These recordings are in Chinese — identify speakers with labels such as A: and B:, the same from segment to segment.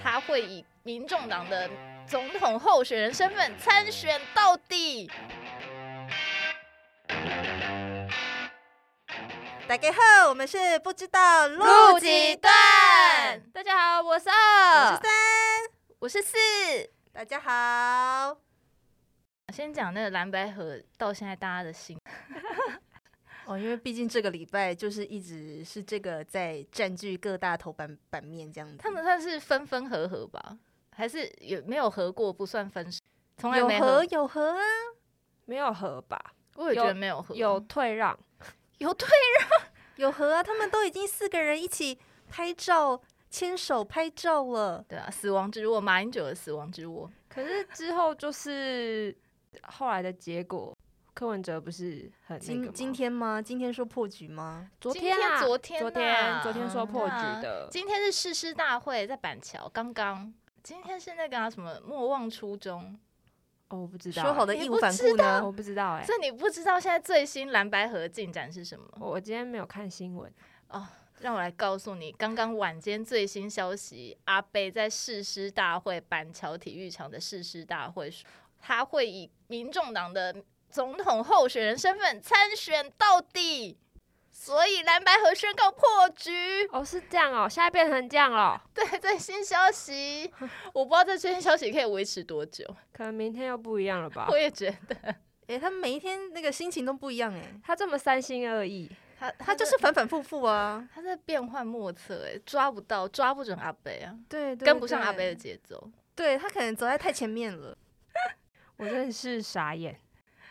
A: 他会以民众党的总统候选人身份参选到底。
B: 大家好，我们是不知道
A: 录
B: 录
A: 几
B: 几
A: 段
B: 段，？
A: 大家好，我是
B: 我是
A: 二
B: 三，，
A: 我是四。
B: 大家好。
A: 先讲那个蓝白河到现在大家的心，
B: 哦，因为毕竟这个礼拜就是一直是这个在占据各大头版版面这样子，
A: 他们算是分分合合吧，还是有没有合过不算分手？从来
C: 有
A: 没
B: 和，有和啊，
C: 没有和吧？
A: 我也觉得
C: 有
A: 没有合，
C: 有退让，
A: 有对，
B: 有和啊，他们都已经四个人一起拍照、牵手拍照了。
A: 对啊，死亡之握，马英九的死亡之握，
C: 可是之后就是后来的结果，柯文哲不是很那个
B: 今
C: 吗
B: 今天吗？今天说破局吗？
C: 昨
A: 今
C: 天啊
A: 昨天啊
C: 昨天昨
B: 嗯
C: 天说破局
A: 对啊
C: 的，
A: 今天是誓师大会，在板桥，刚刚。今天是那个、啊、什么莫忘初衷，
C: 哦，我不知道欸，
B: 说好的义
A: 你
B: 无
A: 不
B: 反
A: 知
B: 顾呢？
C: 我不知道哎，
A: 所以你不知道现在最新蓝白河进展是什么？
C: 我我今天没有看新闻，
A: 让我来告诉你，刚刚晚间最新消息，阿贝在誓师大会板桥体育场的誓师大会，他会以民众党的总统候选人身份参选到底，所以蓝白河宣告破局。
C: 哦，是这样哦，现在变成这样了，
A: 对，最新消息，我不知道这最新消息可以维持多久，
C: 可能明天又不一样了吧
A: 我？也觉得
B: 诶、他们每一天那个心情都不一样诶、
C: 他这么三心二意，
A: 他
B: 他就是反反复复啊，
A: 他在变幻莫测，哎，抓不到，抓不准阿贝啊，
B: 对，对
A: 跟不上阿贝
B: 对
A: 的节奏。
B: 对他可能走在太前面了。
C: 我真的是傻眼，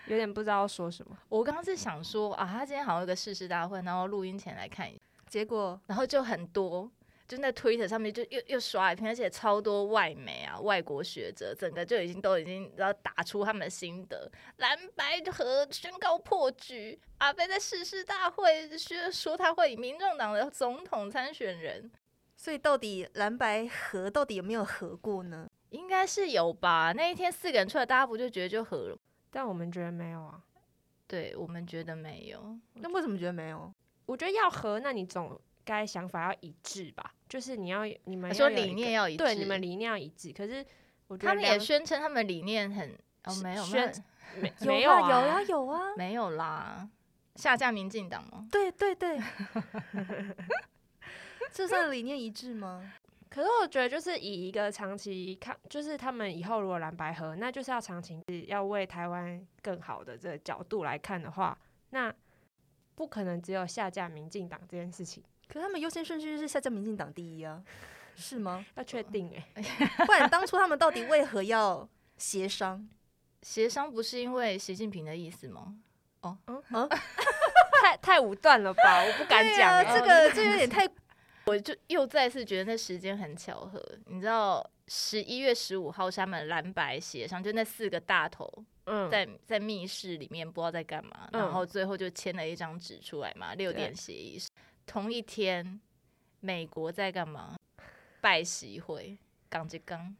C: 有点不知道说什么。
A: 我刚刚是想说啊，他今天好像有个誓师大会，然后录音前来看一下。
B: 结果
A: 然后就很多，就在 Twitter 上面就又又刷一篇，而且超多外媒啊、外国学者，整个就已经都已经然后打出他们的心得，蓝白和宣告破局，阿贝在誓师大会说说他会以民众党的总统参选人。
B: 所以到底蓝白合到底有没有合过呢？
A: 应该是有吧？那一天四个人出来，大家不就觉得就合了？
C: 但我们觉得没有啊，
A: 对我们觉得没有，
B: 那为什么觉得没有？
C: 我觉得要和，那你总该想法要一致吧？就是你要你们
A: 他说
C: 要有一
A: 理
C: 个
A: 念要一致，
C: 对，你们理念要一致。可是我觉得
A: 他们也
C: 两
A: 宣称他们理念很哦，
C: 是
A: 没有没有
C: 宣没
B: 有
C: 没
B: 啊，
C: 啊，
B: 有啊，有啊，
A: 没有啦，下架民进党哦吗？
B: 对对 对，这算理念一致吗？
C: 可是我觉得就是以一个长期看，就是他们以后如果蓝白合，那就是要长期要为台湾更好的这个角度来看的话，那不可能只有下架民进党这件事情
B: 可他们优先顺序是下架民进党第一啊，是吗？
C: 要
A: 哦
C: 确定欸诶、
B: 不然当初他们到底为何要协商？
A: 协商不是因为习近平的意思吗？
C: 太太武断了吧，我 不敢
B: 对
C: 讲、
B: 啊，
C: 欸。
B: 这 个这有点太
A: 我就又再次觉得那时间很巧合，你知道十一月十五号是他们蓝白协商，就那四个大头
C: 嗯，
A: 在在密室里面不知道在干嘛，
C: 嗯
A: 然后最后就签了一张纸出来嘛，六点协议。同一天，美国在干嘛？拜习会，港籍刚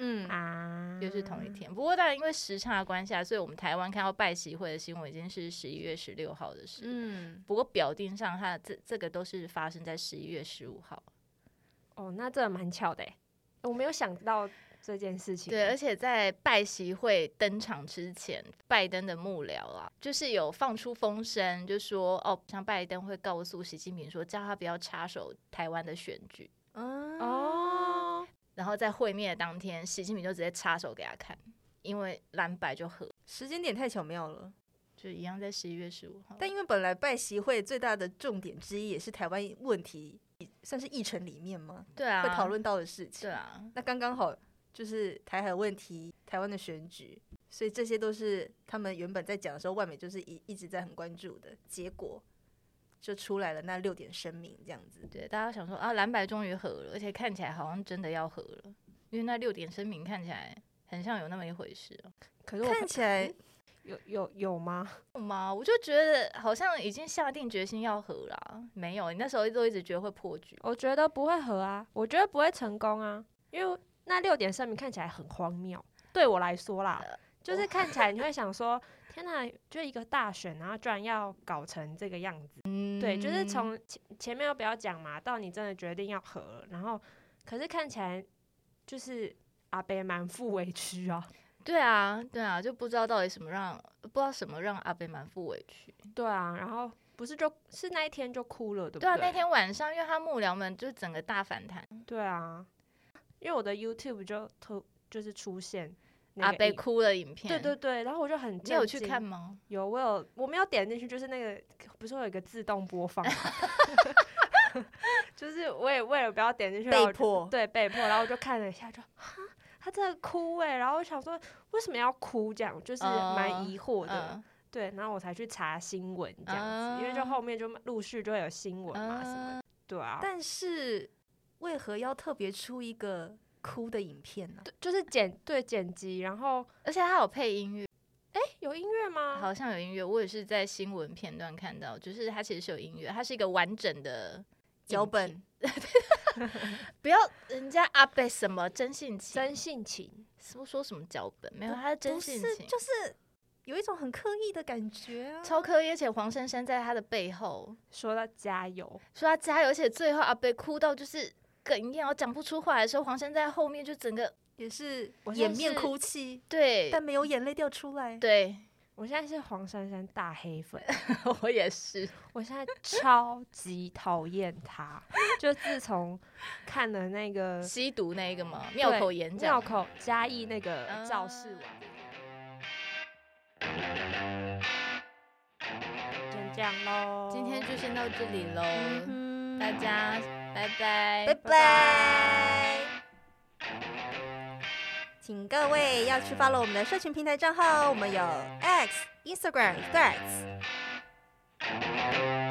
B: 嗯，
C: 啊，
A: 又是同一天。不过当然因为时差的关系啊，所以我们台湾看到拜习会的新闻已经是十一月十六号的事。
B: 嗯，
A: 不过表定上，它这这个都是发生在十一月十五号。
C: 哦，那这蛮巧的、欸，我没有想到这件事情。欸
A: 对，而且在拜习会登场之前，拜登的幕僚啊，就是有放出风声，就说哦，像拜登会告诉习近平说，叫他不要插手台湾的选举。
B: 哦，
C: 哦，
A: 然后在会面的当天，习近平就直接插手给他看，因为蓝白就和，
B: 时间点太巧妙了。
A: 就一样在十一月十五号。
B: 但因为本来拜习会最大的重点之一也是台湾问题，算是议程里面嘛，
A: 对啊，
B: 会讨论到的事情。
A: 对啊，
B: 那刚刚好就是台海问题、台湾的选举，所以这些都是他们原本在讲的时候，外媒就是一一直在很关注的结果，就出来了那六点声明这样子。
A: 对，大家想说啊，蓝白终于和了，而且看起来好像真的要和了，因为那六点声明看起来很像有那么一回事、哦。
C: 可是我
B: 看起
A: 嗯
B: 来
C: 有有有吗？
A: 有吗？我就觉得好像已经下定决心要和啦，没有，你那时候都一直觉得会破局。
C: 我觉得不会合啊，我觉得不会成功啊，因为那六点声明看起来很荒谬，对我来说啦，
A: 呃
C: 就是看起来你会想说，天哪，就一个大选，然后居然要搞成这个样子，
A: 嗯
C: 对，就是从前前面都不要讲嘛，到你真的决定要合了，然后可是看起来就是阿北满腹委屈啊。
A: 对啊，对啊，就不知道到底什么让不知道什么让阿北满腹委屈。
C: 对啊，然后不是就是那一天就哭了，对不
A: 对啊，那天晚上，因为他幕僚们就整个大反弹，
C: 对啊，因为我的 YouTube 就突就是出现那
A: 阿
C: 个
A: 北
C: 影，
A: 啊哭了影片。
C: 对对对，然后我就很
A: 你有
C: 震
A: 去
C: 惊
A: 看吗？
C: 有，我有，我没有点进去，就是那个不是会有一个自动播放吗， 就是我也为了不要点进去，然后
B: 被
C: 我就
B: 迫
C: 对被迫，然后我就看了一下，就哈，他真的哭哎、然后我想说为什么要哭这样，就是
A: 哦
C: 蛮疑惑的，
A: 嗯
C: 对，然后我才去查新闻这样子，因为就
A: 啊
C: 后面就陆续就会有新闻嘛什么的，
A: 嗯，
C: 对啊，
B: 但是为何要特别出一个哭的影片呢、
C: 对就是剪对剪辑，然后
A: 而且他有配音乐，
C: 诶有音乐吗？
A: 好像有音乐，我也是在新闻片段看到，就是它其实是有音乐，它是一个完整的
B: 脚
A: 影
B: 本
A: 片。不要人家阿贝什么真性情，
C: 真性情，
A: 说说什么脚本，没有，他是真
B: 不
A: 性
B: 是
A: 情，
B: 就是有一种很刻意的感觉啊。
A: 超可以，而且黄珊珊在他的背后
C: 说到加油，
A: 说他加油，而且最后阿贝哭到就是哽咽，然后讲不出话的时候，黄珊珊在后面就整个
B: 也是
C: 我现在
B: 掩面
C: 是
B: 哭泣，
A: 对
B: 但没有眼泪掉出来。
A: 对，
C: 我现在是黄珊珊大黑粉，
A: 我也是，
C: 我现在超级讨厌他，就自从看了那 个
B: 嗯
A: 吸毒那一个嘛，庙口演
C: 庙
A: 讲，啊
C: 口嘉义那个肇事完。先这样喽，
A: 今天就先到这里喽，
B: 嗯
A: 大
B: 哼，
A: 家拜拜，
B: 拜拜。请各位要去 follow 我们的社群平哦台账号，我们有 X、Instagram、Threads。